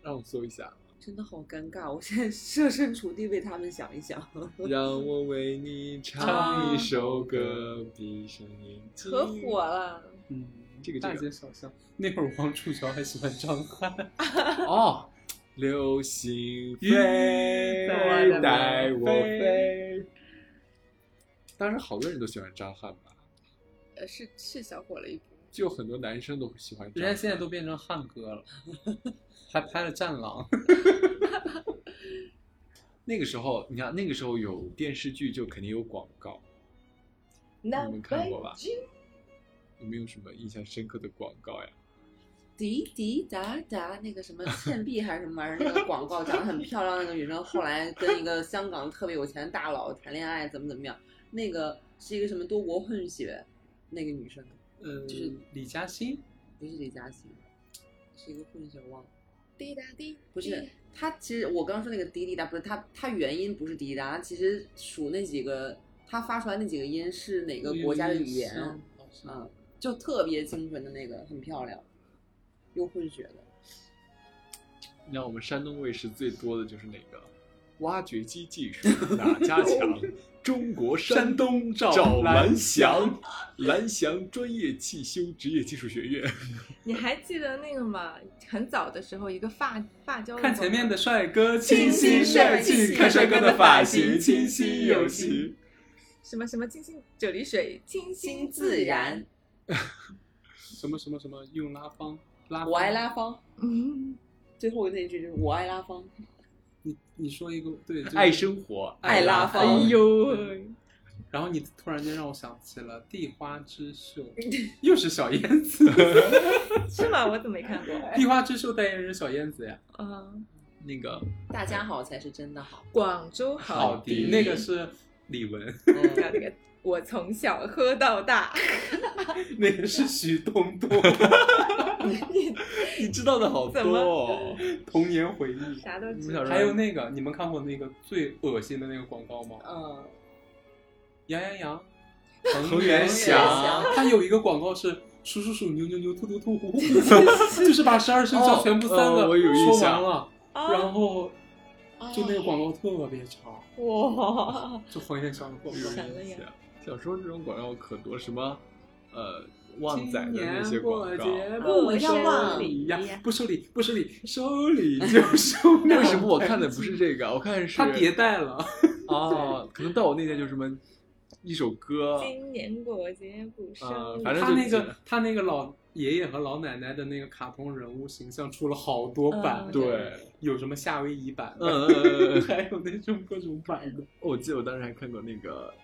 让我搜一 下，
真的好尴尬，我现在设身处地为他们想一想。
让我为你唱一首歌，闭上眼睛。
可火了。
嗯，
这个这
大
个
街小巷。那会儿王楚乔还喜欢张翰，
哦，流星
雨
嗯
飞
带我，
带我
飞
飞。当时好多人都喜欢张翰吧，
嗯
呃，是是小火了一波。
就很多男生都会喜欢张
人家
翰。
现在都变成汉歌了， 还拍了《战狼》。
那个时候，你看那个时候有电视剧，就肯定有广告。
那
你们看过吧有没有什么印象深刻的广告呀？
滴滴答答，那个什么 倩碧还是什么玩意儿，那个广告长得很漂亮，那个女生后来跟一个香港特别有钱的大佬谈恋爱，怎么怎么样？那个是一个什么多国混血，那个女生
呃，
就是
李嘉欣，
不是李嘉欣，是一个混血，我忘了。
滴答滴，
不是
滴，
他其实我刚说那个滴滴答，不是他，他原音不是滴滴答，它其实数那几个，他发出来那几个音是哪
一
个国家的语言？
啊，
嗯，就特别清纯的那个，很漂亮，又混血的。
你看我们山东卫视最多的就是哪个？挖掘机技 术哪家强？中国山东
找
找
蓝
蓝翔，蓝翔专业汽修职业技术学院。
你还记得那个吗？很早的时候，一个发发胶的
嗯看
广告
前面的帅哥
清
清
新
新
帅
帅
气
气，
看
看
帅
帅
哥
哥
的
的
发
发
型清
型清
新
新
有
有
型
型。
什么什么清新啫喱水，清新
新
自
自
然
然。
什么什么什么用拉芳拉芳，
我爱拉芳，
嗯，
最后那句就是我爱拉芳。
你，你说一个对，就是
爱生活，
爱
拉
拉
芳
哎
芳
呦，
然后你突然间让我想起了《地花之秀》，又是小燕子，
是吗？我怎么没 看过？
《地花之秀》代言人是小燕子呀。
嗯，
那个
大家好才是真的好。
广州
好嗯
迪
迪
那个是李玟，
啊那个我从小喝到大，
那个是徐冬冬，
你知道的好多、 哦，
童年回忆。
啥都
知
知
道
道。
还有那个，你们看过那个最恶心的那个广告吗？
嗯，
羊羊羊，
恒
恒
源
祥
祥，它有一个广告是鼠鼠鼠牛牛牛兔兔 兔，虎虎虎就是把十二生肖全部三
哦
个
我有印
说
象哦
完了，
啊
然后就那个广告特别长，
哇，
就恒源祥的广告。
闪了呀
小时候这种广告可多，什么呃旺仔的那些广告，
不要忘
礼呀，不收礼，不收礼，收礼就收 礼。
为什 么我看的不是这个？我看的是
它迭代了？
哦，可能到我那天就什么一首歌，
今年过节不生
呃
日，
反正
他
就
那
是
个他那个老爷爷和老奶奶的那个卡通人物形象出了好多版，
嗯
对，
有什么夏威夷版
嗯
的，
嗯嗯嗯嗯，
还有那种各种版的。
我记得我当时还看过那个，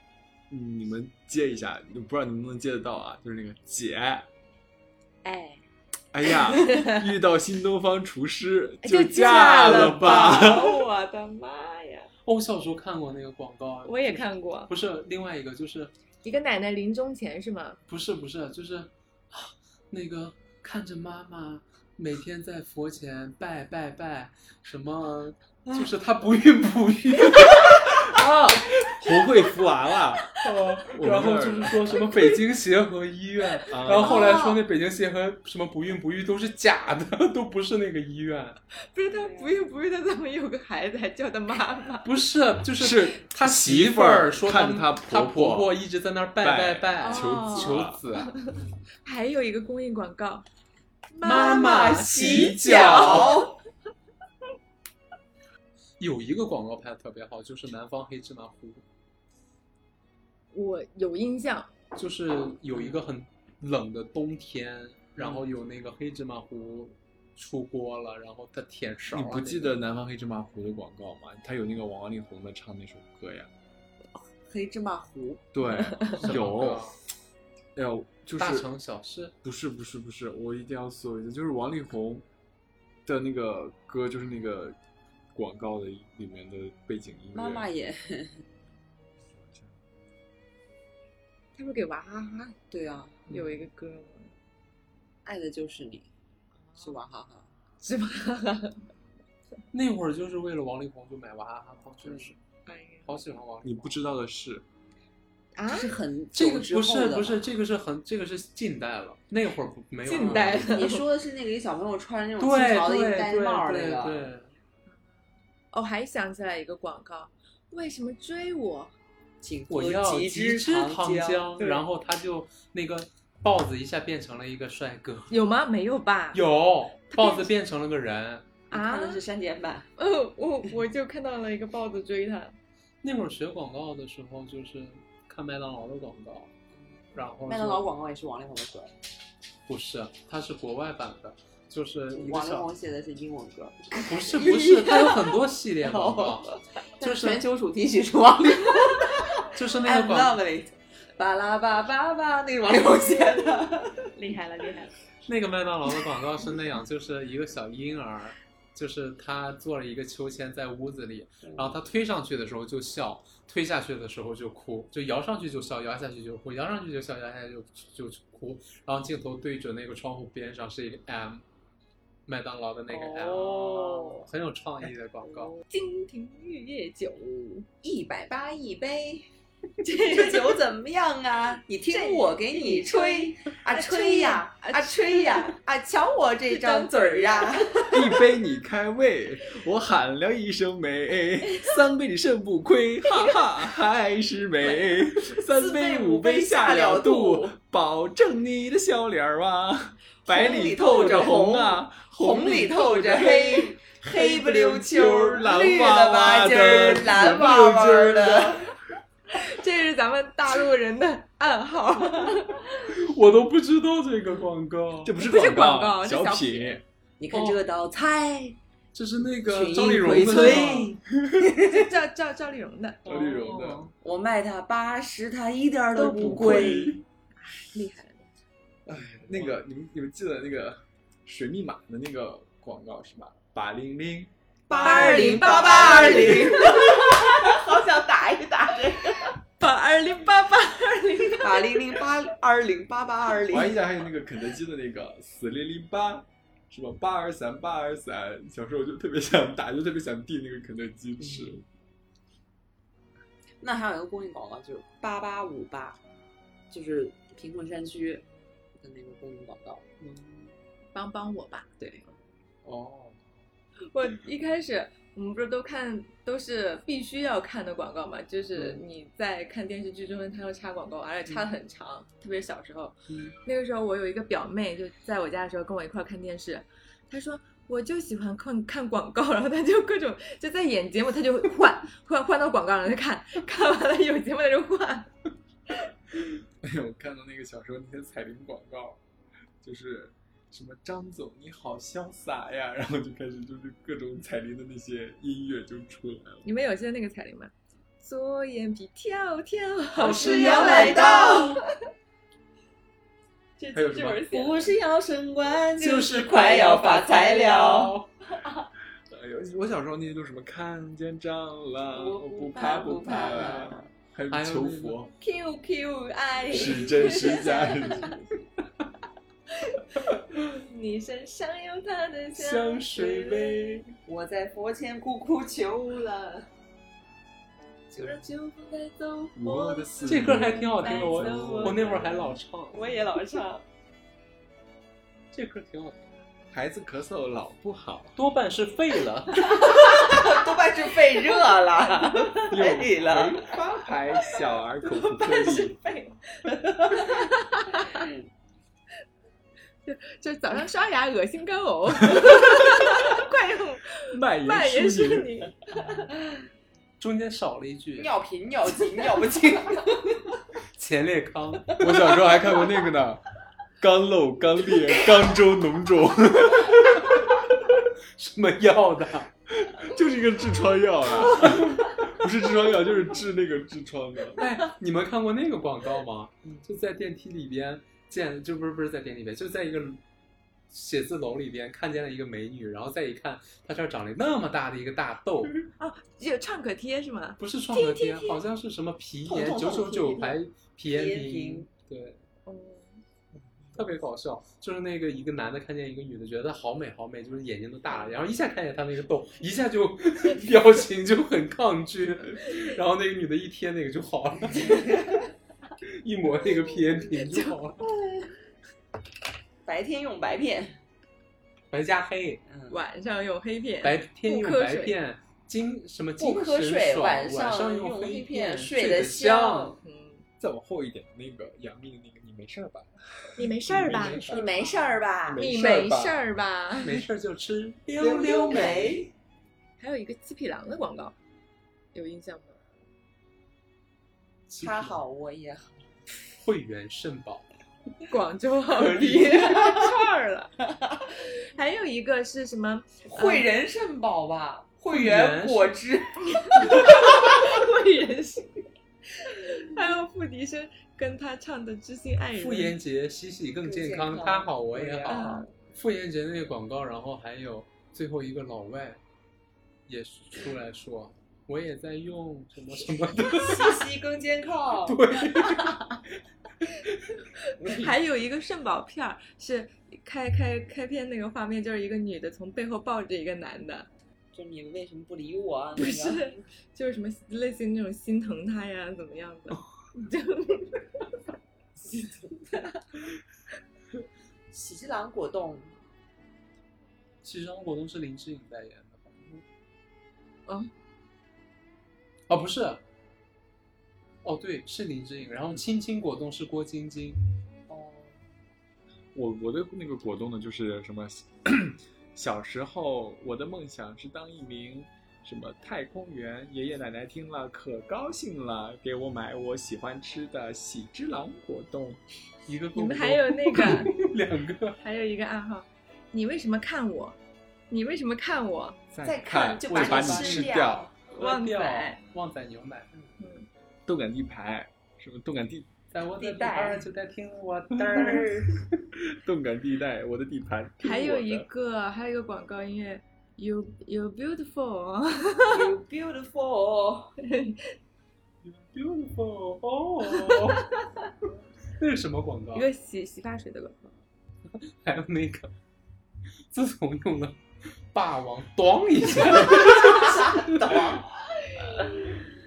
嗯你们接一下，不知道你们能不能接得到啊？就是那个姐，
哎，
哎呀，遇到新东方厨师
哎就
嫁
嫁
了
了
吧。
我的妈呀！
哦，我小时候看过那个广告，啊
我也看过
不是另外一个，就是
一个奶奶临终前是吗？
不是不是就是啊那个看着妈妈。每天在佛前拜拜拜，什么就是她不孕不育，
哦，
红会福娃娃，我们
然后
那儿
就是说什么北京协和医院，
啊
然后后来说那北京协和什么不孕不育都是假的，都不是那个医院，
不是她不孕不育，她怎么有个孩子还叫她妈 妈？
不是就是
是
他
媳
媳
妇儿
儿说
看
们
她
她
婆婆
婆一直在那儿拜
拜
拜拜
求哦子
求子，
啊
还有一个公益广告，
妈
妈
妈
洗
洗
脚
脚。有一个广告拍的特别好，就是南方黑芝麻糊，
我有印象，
就是有一个很冷的冬天，然后有那个黑芝麻糊出锅了，然后它舔勺啊
你
那个，
不记得《南方黑芝麻糊》的广告吗？它有那个王力宏的唱那首歌呀。
黑芝麻糊，
对，
什么
有
歌。
哎呦，就是
大城小事，
不是不是不是，我一定要搜一下，就是王力宏的那个歌，就是那个广告的里面的背景音乐。
妈妈也，
她不是给娃哈哈
对啊，
有一个歌吗？
爱的就是你，是娃哈 哈。
是吧？
那会儿就是为了王力宏就买娃哈哈矿泉水，
哎呀
好喜欢王力
你不知道的是，
啊
这，是很
这
久
个
之
不
后
是
的
不是，
了，
这个是很这个是近代了，那会儿不没有
近代的
啊你说的是那个一小朋友穿着那
对
种清朝的
对
一个
对
单帽儿那
对
个，
对，
哦，还想起来一个广告，为什么追我？
请
我
喝
要
几
几
支
支糖
浆，
对
然后他就那个豹子一下变成了一个帅哥，
有吗？没有吧？
有豹子变成了个人。
啊
看？的是删减版，
哦，我我就看到了一个豹子追她，
那会儿学广告的时候就是看麦当劳的广告，然后
麦
就
当劳广告也是王力宏的歌，
不是，它是国外版的，就是一个
王力
小
宏写的是英文歌，
不是不是，它有很多系列 广告，
但
就是是
全球主题曲是王力 宏。
就是那
I
个广
love it，巴 拉巴巴巴，那个王力宏写 的。
厉害了，厉害了！
那个麦当劳的广告是那样，就是一个小婴儿，就是他做了一个秋千在屋子里，然后他推上去的时候就笑，推下去的时候就哭，就摇上去就笑，摇下去就哭，摇上去就笑，摇下去就就哭，然后镜头对准那个窗户边上是一个 M，麦当劳的那个 M，、
哦
很有创意的广告。
哎
金瓶玉液酒，
一百八一杯， 这酒怎么样啊？你听我给你吹啊吹呀啊吹呀啊，瞧我这张嘴儿啊呀！
一杯你开胃，我喊了一声美，三杯你肾不亏，哈哈还是美，三杯五杯下了肚，保证你的笑脸儿啊，白里透着红啊，
红里透着黑，黑不溜秋儿，
蓝
绿
哇
了吧
哇
唧
的
儿，蓝哇
紫不
哇
溜
儿
秋儿的
的。
这是咱们大陆人的暗 号。
我都不知道这个广告，
这不是
不是
广
广告是
小
小
品。
你看这道菜，
这是那个
群
赵丽
英
蓉
荟
的吗
萃，
赵赵赵丽蓉的，
赵丽蓉的
哦
我卖它八十，它一点儿
都
都
不
不
贵
贵。
厉害了！
哎，那个你们你们记得那个水密码的那个广告是吧？八零零，
八二零八八二零，好想打一打这个。
八二二零八八二零
八零零八二零八八二
我还印
零。
象还有那个肯德基的那个四零零八，什么八二三八二三，小时候我就特别想打，就特别想订那个肯德基吃。
嗯
嗯
那还有一个公益广告就是八八五八，就是贫困山区的那个公益广告。嗯，
帮帮我吧！
对，
哦，
我一开始我们不是都看都是必须要看的广告嘛，就是你在看电视剧中间它会插广告，而且插的很长，特别是小时候，
嗯
那个时候我有一个表妹，就在我家的时候跟我一块儿看电视，她说。我就喜欢看看广告，然后她就各种就在演节目，她就换换换到广告，然后就看看完了有节目她就换。
哎呦，我看到那个小时候那些彩铃广告，就是什么张总你好潇洒呀，然后就 开始就是各种彩铃的那些音乐就出来了。
你们有些那个彩铃吗？左眼皮跳跳，
好事
事要
要来 到。
这
还有
这
什么
玩意儿
是要升官，
就是快要发财了。
哎呦，我小时候那都什么看见蟑螂
我
我
不
不
怕
怕不
不怕
怕，还有
还有
求
那个
佛
Q Q 爱
是真是假。
你身上有他的
香水味，
我在佛前苦苦求了，
就让秋风带走
我的思
这歌还
念
挺好听的，我
带走我
我那会儿还老唱，
我也老唱。
这歌挺好听，
孩子咳嗽老不好，
多半是废了。
多半是被热 了。
又
废了
回花牌小儿口服颗粒，
废了。
哎嗯
就早上刷牙恶心干 呕，快用
蔓
蔓
延
延
输
是
赢。
你。
中间少了 一句
尿频尿急尿不尽，
前列康，
我小时候还看过那个呢，刚漏刚裂刚周脓肿，
什么药的？
就是一个痔疮药 啊，不是痔疮药，就是治那个痔疮的。
哎，你们看过那个广告吗？
嗯
就在电梯里边见，就不是不是在电梯里边，就在一个写字楼里边看见了一个美女，然后再一看，她这儿长了那么大的一个大痘，
嗯
有创可贴是吗？
不是创可贴，好像是什么皮炎
痛
九
痛
九
痛
九
皮炎
牌皮炎
皮炎
平
平，
对，
哦，
特别搞笑。就是那个一个男的看见一个女的，觉得她好美好美，就是眼睛都大了，然后一下看见她那个痘，一下就 表情就很抗拒，然后那个女的一贴那个就好了， 一抹那个 皮炎平就好了，
白天用白片，
白加黑，
嗯
晚上用黑片，
白天用
不瞌
白
睡
片。精什么
不
精
瞌
神
睡，
爽
晚
晚上
用
黑
黑片
睡
得
香
香。。
嗯，
再往后一点，那个杨幂的那个，你没事儿吧？
你没事儿吧？
你没事
你没事儿吧？
没
你
事儿吧
没事儿吧？
没事儿就吃
溜
溜
溜
溜
梅
梅，
还有一个七匹狼的广告，有印象吗？
他好我也好，
会员肾宝，
广州好迪串儿 了，还有一个是什么？
汇仁肾宝吧，汇
仁
源果汁，
贵人心，还有付笛声跟他唱的《知心爱人》。
妇炎洁洗洗更
更
健
健康
他好我也
也
好嗯
好。
妇炎洁那个广告，然后还有最后一个老外也出来说，我也在用什么什么的，
西西更健康。
还有一个肾宝片儿是开开开篇那个画面，就是一个女的从背后抱着一个男的，
就你为什么不理我啊？
不是，就是什么类似于那种心疼他呀，怎么样
哦
的？就
喜之郎果冻，
其实张果冻是林志颖代言的吧？
嗯，
哦不是，哦对，是林志颖。然后亲亲果冻是郭晶晶，
哦，
我我的那个果冻呢，就是什么，小时候我的梦想是当一名什么太空员，爷爷奶奶听了可高兴了，给我买我喜欢吃的喜之郎果冻。
一个
你
果
们
冻
还有那个，
两个，
还有一个暗号，你为什么看我？你为什么看我？
再
看
哎看就
我也
把
把
你吃
吃
掉
掉。
旺
掉
仔
旺仔牛奶。
嗯，
动感地盘，什么动感地
在我的
地带
儿就在听我的儿。
动感地带，我的地盘。听
还有
我
一
的
个，还有一个广告音乐，You You Beautiful。
You beautiful，
beautiful 哦，那是什么广
哦
告
一？个洗洗发水的广告。
还有那个，自从用了霸王，咣一 下，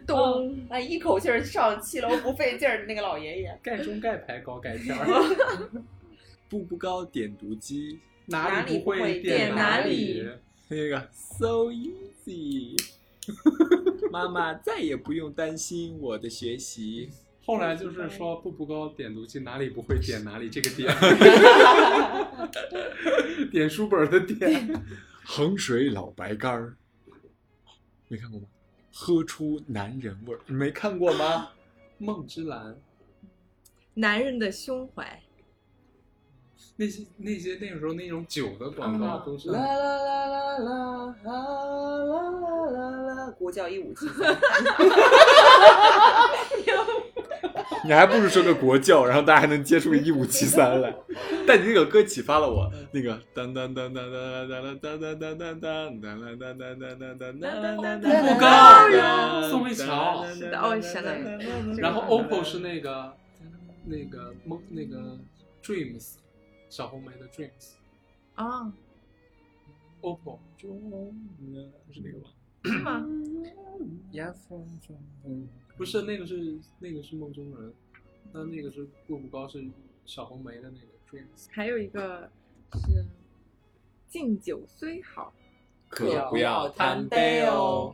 咚，
哎，一口气儿上七楼不费劲儿的那个老爷爷，
钙中钙牌高钙片 儿，
步步高点读机，
哪
里
里
不会
会
电
哪
哪里
那个 so easy，妈妈再也不用担心我的学习。
后来就是说步步高点读机哪里不会点哪里这个 点，点书本儿的点，
衡水老白干儿，没看过吗？喝出男人味儿，你没看过吗？
梦之蓝
男人的胸怀，
那些那些那个时候那种酒的广告
嗯
都是
啦啦啦啦啦啦啦啦啦啦，国教一五七三，
你还不如说个国教，然后大家还能接出个一五七三来。但你那首歌启发了我，那个当当当当当当当当当当当当当当当当当当
步
不
高
高，
宋慧乔
是的哦想到了
然后 OPPO 是那个那个梦那个 Dreams，小红梅的 Dreams，OPPO
哦
啊，
是那个吧？
是吗？
嗯
不是那个是那个是梦中人，那那个是步步高是小红梅的那个 Dreams，
还有一个是敬酒虽好，
可不要贪杯哦，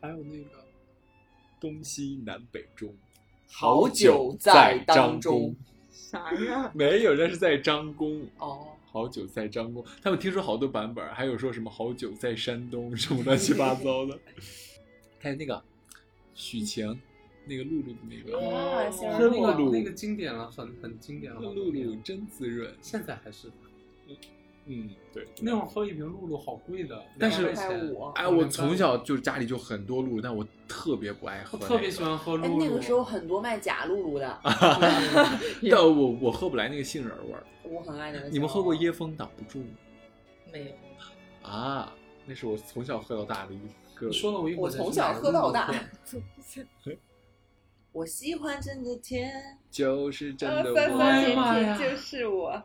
还有那个
东西南北中，
好酒在当中。
啥呀？
没有，那是在张公。
哦，
好酒在张公，他们听说好多版本，还有说什么好酒在山东，什么乱七八糟的。还有那个许晴，那个露露的那个，
啊
那
行
是
个
露露
那个经典了，很很经典了，好
露
多年
露真滋润。
现在还是
嗯，对。
那会儿喝一瓶露露好贵的，
但是
200块钱
150
哎，我从小就家里就很多露露，但我特别不爱
我
喝、
特别喜，欢喝露
哎
露，，
那个时候很多卖假露露
啊
的，
但我我喝不来那个杏仁味儿。
我很爱那个。
你们喝过？椰风挡不住吗？
没有，
啊，那是我从小喝到大的一个
你。说了我一会儿
我
才
从
知
小
道
喝到大
露露
我喜欢真的甜，
就是真
啊
的
啊三三
我
甜妈呀
是我。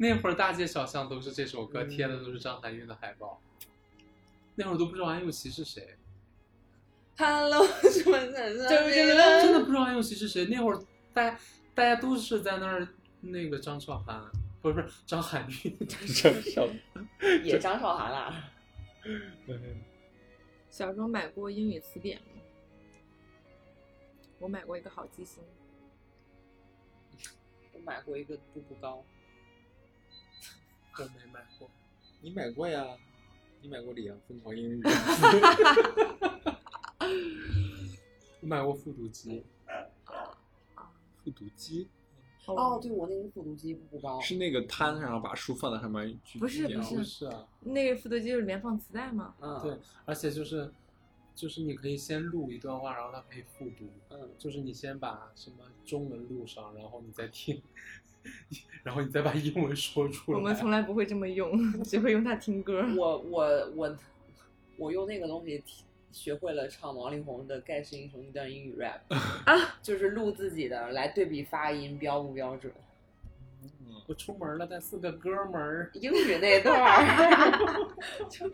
那会儿大街小巷都是这首歌，贴的都是张含韵的海报。那会儿都不知道安又琪是谁，
Hello，什么什么，
真的不知道安又琪是谁。那会儿大家大家都是在那儿那个张韶涵，不是不是张含韵，
真的。
也张韶涵啦。
小时候买过英语词典吗？我买过一个好记星，
我买过一个步步高，
我没买过。
你买过呀？你买过《李阳疯狂英语》
我买过复读机，
复读机？
哦，，对，我那个复读机步步高，
是那个摊，然后把书放在上面去
不是
点
嗯不是
不是啊，
那个复读机就是里面放磁带吗？
嗯，
对，而且就是就是你可以先录一段话，然后它可以复读，
嗯，
就是你先把什么中文录上，然后你再听， 然后你再把英文说出来。
我们从来不会这么 用，只会用它听歌。
我我我我用那个东西听学会了唱王力宏的《盖世英雄》那段英语 rap，
啊，
就是录自己的来对比发音标不标准。
我出门了，带四个哥们 儿。
英语那段儿， 就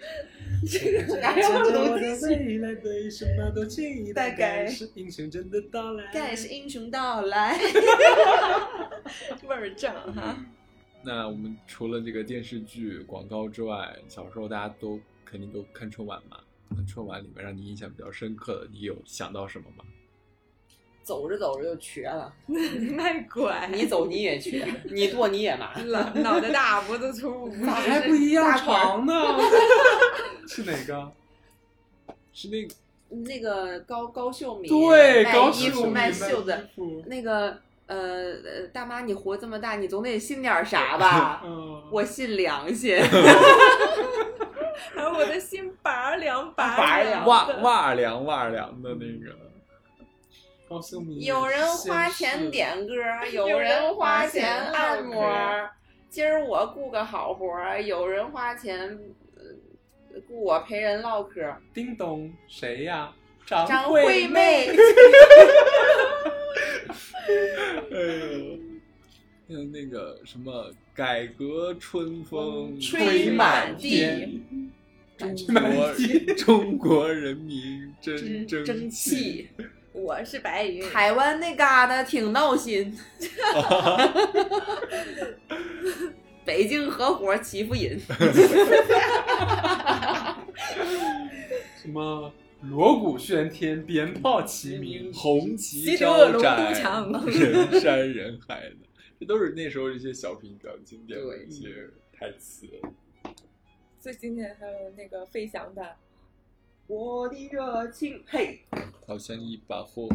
这个还要录自己。
未来对什么都轻易
大概
是英雄真的到来
盖世英雄到来， 味儿正哈。
那我们除了这个电视剧广告之外，小时候大家都肯定都看春晚嘛。那春晚里面让你印象比较深刻的，你有想到什么吗？
走着走着就瘸了，
卖拐，
你走你也瘸，你跺你也麻。
脑脑袋大，脖子粗，
咋还不一样 长呢？是哪个？
是那个
那个高高秀敏，
对，
卖
高
衣
秀
服
敏
卖
卖
袖子，
衣服。
那个呃呃，大妈，你活这么大，你总得信点儿啥 吧？
嗯，
我信良心，
还有我的心拔儿凉，拔
拔儿
儿
凉
哇哇儿凉哇儿凉的那个，
高秀敏也
有人花钱点歌，有人花钱按摩，今儿我雇个好活儿，有人花钱。呃雇我陪人唠嗑，
是。叮咚，谁呀？张
张
惠
惠妹，
哎呦，
嗯
还有那个什么改革春风
吹满地，
中国中国人民真
真
争
争
气。
气。
我是白云，
台湾那嘎达挺闹心，北京合伙欺负人，
什么锣鼓喧天，鞭炮齐鸣，
红旗
西
招
德龙
展，
都 强
人山人海的，这都是那时候一些小品比较经典的
对
一些台词。
最经典还有那个费翔的，
我的热情嘿，
好像一把火，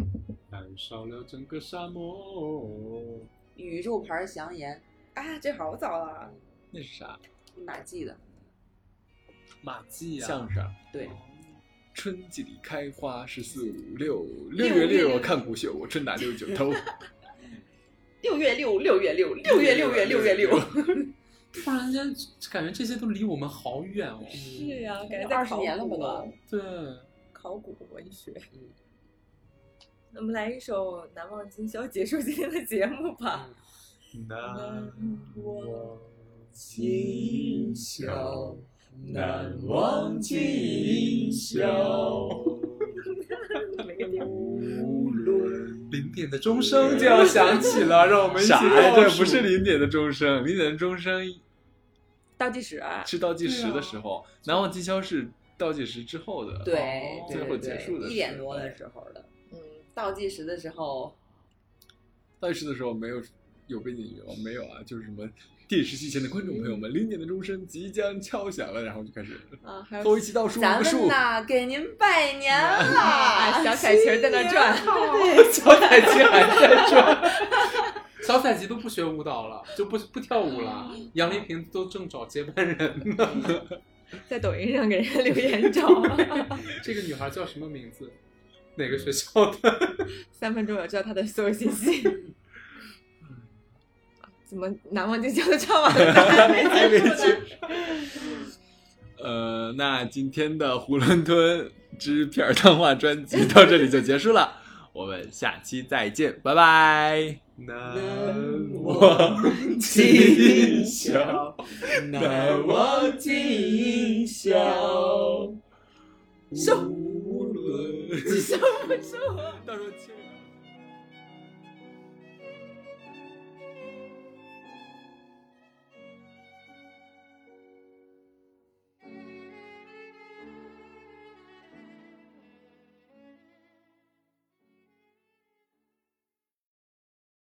燃烧了整个沙漠。
宇宙牌祥言，
啊，这好早了，
那是啥？
嗯
哪记的？
马季啊，
相声。
哦
对，
春季里开花十四五六，六月六我看古秀，我春打六九 头。
六月六，六月六，六月六月六月六，
突然间感觉这些都离我们好远哦。
是啊，感觉在
嗯二十
考
年了吧
古啊
都。
对，
考古文学。那我们来一首《难忘今宵》结束今天的节目吧。
嗯
嗯
难
忘
今
宵，
难忘今宵。
每个地方
无论零点的钟声就要响起了，让我们一起
啥呀？
倒
这
数
不是零点的钟声，零点的钟声
倒计时啊，
是倒计时的时候，难忘今宵是倒计时之后的。 哦
对，
最
对
后
对
结束的
对一
时
点
候
多的时候了，
哦嗯，
倒计时的时候，
倒计时的时候没有有背景音乐吗？没有啊，就是什么第十期前的观众朋友们，零点的钟声即将敲响了，然后就开始
啊，还
后
有
一期倒数五
咱
个
们
数，
呐，给您拜年
啊，
啦！
小彩旗儿在那转，
小彩旗还在转，小彩旗都不学舞蹈了，就不不跳舞了。杨丽萍都正找接班 人呢。
在抖音上给人家留言 找，
这个女孩叫什么名字？哪个学校的？
三分钟我知道他的所有信 息。啊怎么难忘今宵都唱完了，还没结束呢？
呃，那今天的囫囵吞之片儿汤话专辑到这里就结束了，我们下期再见，拜拜。
难
忘今宵，难忘今宵，
收
无论
收不收？
到时候亲人。